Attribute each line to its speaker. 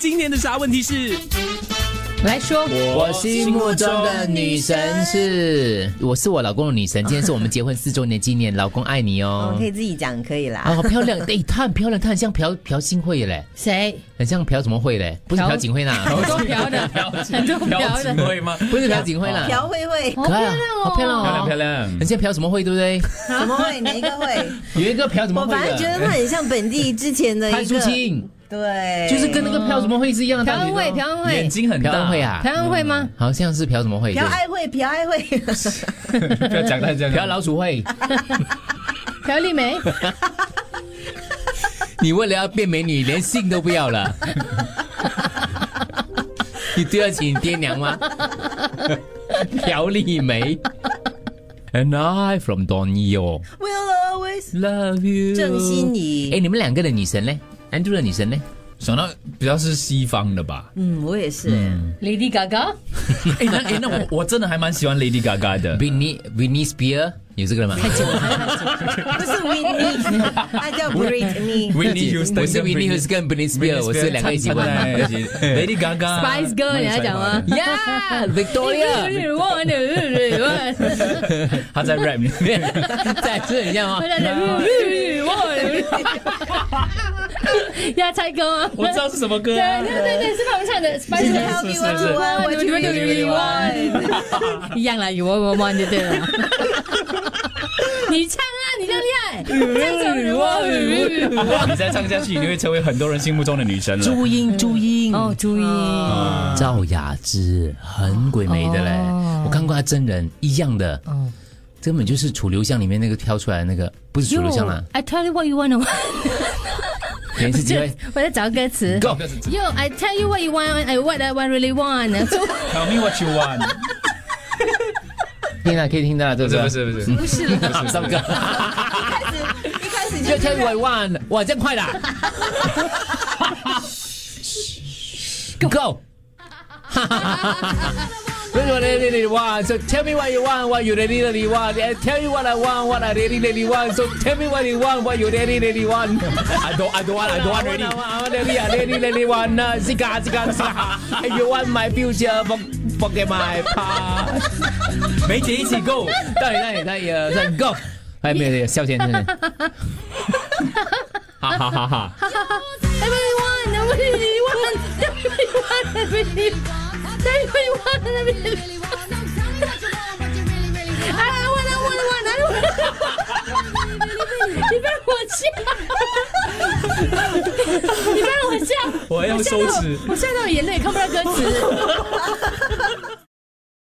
Speaker 1: 今天的啥问题 是？
Speaker 2: 来说，
Speaker 3: 我心目中的女神是，
Speaker 2: 我是我老公的女神。今天是我们结婚四周年纪念，老公爱你
Speaker 3: 我
Speaker 2: 哦
Speaker 3: 可。以自己讲可以
Speaker 2: 啊，
Speaker 3: 啦。
Speaker 2: 好漂 亮！哎、她很漂亮，她很像朴朴信惠嘞，
Speaker 4: 谁？
Speaker 2: 很像朴什么惠嘞？不是
Speaker 4: 朴
Speaker 2: 朴槿惠 啦，
Speaker 4: 很多嫖的，很多嫖 的，
Speaker 1: 会吗？
Speaker 2: 不是朴槿惠啦，
Speaker 3: 哦朴慧慧，
Speaker 4: 好漂亮哦，
Speaker 2: 好漂亮
Speaker 1: 漂
Speaker 2: 哦
Speaker 1: 亮漂亮，
Speaker 2: 很像朴什么惠，对不对？
Speaker 3: 什么慧？哪一个慧？
Speaker 2: 有一个朴什么
Speaker 3: 我
Speaker 2: 惠
Speaker 3: 反正觉
Speaker 2: 的，
Speaker 3: 得她很像本地之前的
Speaker 2: 潘
Speaker 3: 一
Speaker 2: 淑
Speaker 3: 个，哎
Speaker 2: 清，
Speaker 3: 对，
Speaker 2: 就是跟那个朴什么惠是一样的
Speaker 4: 朴
Speaker 2: 道理
Speaker 4: 恩
Speaker 2: 咯。
Speaker 4: 惠，朴恩惠
Speaker 1: 眼，睛很
Speaker 2: 朴
Speaker 1: 大
Speaker 2: 恩惠，啊
Speaker 4: 朴，恩惠吗？
Speaker 2: 好像是朴什么惠，
Speaker 3: 朴
Speaker 2: 对
Speaker 3: 爱慧，朴爱慧，
Speaker 1: 不要讲太这
Speaker 2: 朴
Speaker 1: 样。
Speaker 2: 老鼠惠。
Speaker 4: 朴丽梅，
Speaker 2: 你为了要变美女，连姓都不要 了。你对得起你爹娘吗？朴丽梅，And I from Donio
Speaker 3: ，Will always
Speaker 2: love you。
Speaker 3: 郑欣
Speaker 2: 哎，
Speaker 3: 宜。
Speaker 2: 你们两个的女神呢？Andrew 的女神呢？
Speaker 1: 想到比较是西方的吧？
Speaker 3: 嗯，我也是。
Speaker 4: Lady Gaga，
Speaker 1: 哎，那哎那 我我真的还蛮喜欢 Lady Gaga 的。
Speaker 2: Britney Britney Spears 有这个人吗？
Speaker 3: 不是 Whitney，她叫 Britney。
Speaker 1: Whitney Houston，
Speaker 2: 我是 Whitney Houston 跟 Britney Spears，我是两个一起玩。
Speaker 1: 的。Lady Gaga、
Speaker 4: Spice Girl，你要讲吗？
Speaker 2: Yeah，Victoria，
Speaker 1: 他在 rap 里面，
Speaker 2: 再次一
Speaker 1: 啊
Speaker 2: 样哦。
Speaker 4: 要猜歌吗？
Speaker 1: 我知道是什么歌
Speaker 4: 对
Speaker 1: 啊。
Speaker 4: 对对对，是他们唱的 Spice
Speaker 3: Help
Speaker 4: Girl。
Speaker 3: me what you want, what you really want。
Speaker 4: 一样啦，有我我我就对了。啊你唱啊，你这样厉
Speaker 1: 哎
Speaker 4: 害，这首我
Speaker 1: 你再唱下去，你会成为很多人心目中的女神了。
Speaker 2: 朱茵，朱茵。
Speaker 4: 哦，注意，
Speaker 2: 赵雅芝很鬼魅的嘞，
Speaker 4: 哦
Speaker 2: 我看过她真人一样的，
Speaker 4: 哦
Speaker 2: 根本就是楚留香里面那个挑出来的那个，不是楚留香啦，
Speaker 4: I tell you what you want，
Speaker 2: 给一 次机会
Speaker 4: 我在找歌词。
Speaker 2: ，Go。
Speaker 4: Yo, I tell you what you want, I what I want really want。
Speaker 1: Tell me what you want，
Speaker 2: 听到啊可以听到了，对不啊 对？
Speaker 1: 是不是？
Speaker 4: 不是了，
Speaker 2: 好，上歌。
Speaker 3: 一开始
Speaker 2: 就
Speaker 3: 就
Speaker 2: 跳一百万，哇，这样快啦！Go。为什么 really really want? So tell me what you want, what you really really want. And tell you what I want, what I really really want. So tell me what you want, what you really really want.
Speaker 1: I don't I don't want I don't want
Speaker 2: I
Speaker 1: ready。
Speaker 2: want really really really want. uh, Zika zika zika. If you want my future, for- forget my past.
Speaker 1: 梅姐一起 go。
Speaker 2: 到底到底到底呃算 Go？哎，没有没有，笑先生。
Speaker 1: 哈哈哈哈！
Speaker 4: Everyone, everyone, everyone, everyone, everyone, everyone. I want, I want, I want, I want. 你别让我笑，你别让我笑，
Speaker 1: 我要羞耻
Speaker 4: 我笑到我笑到眼泪看不到歌词。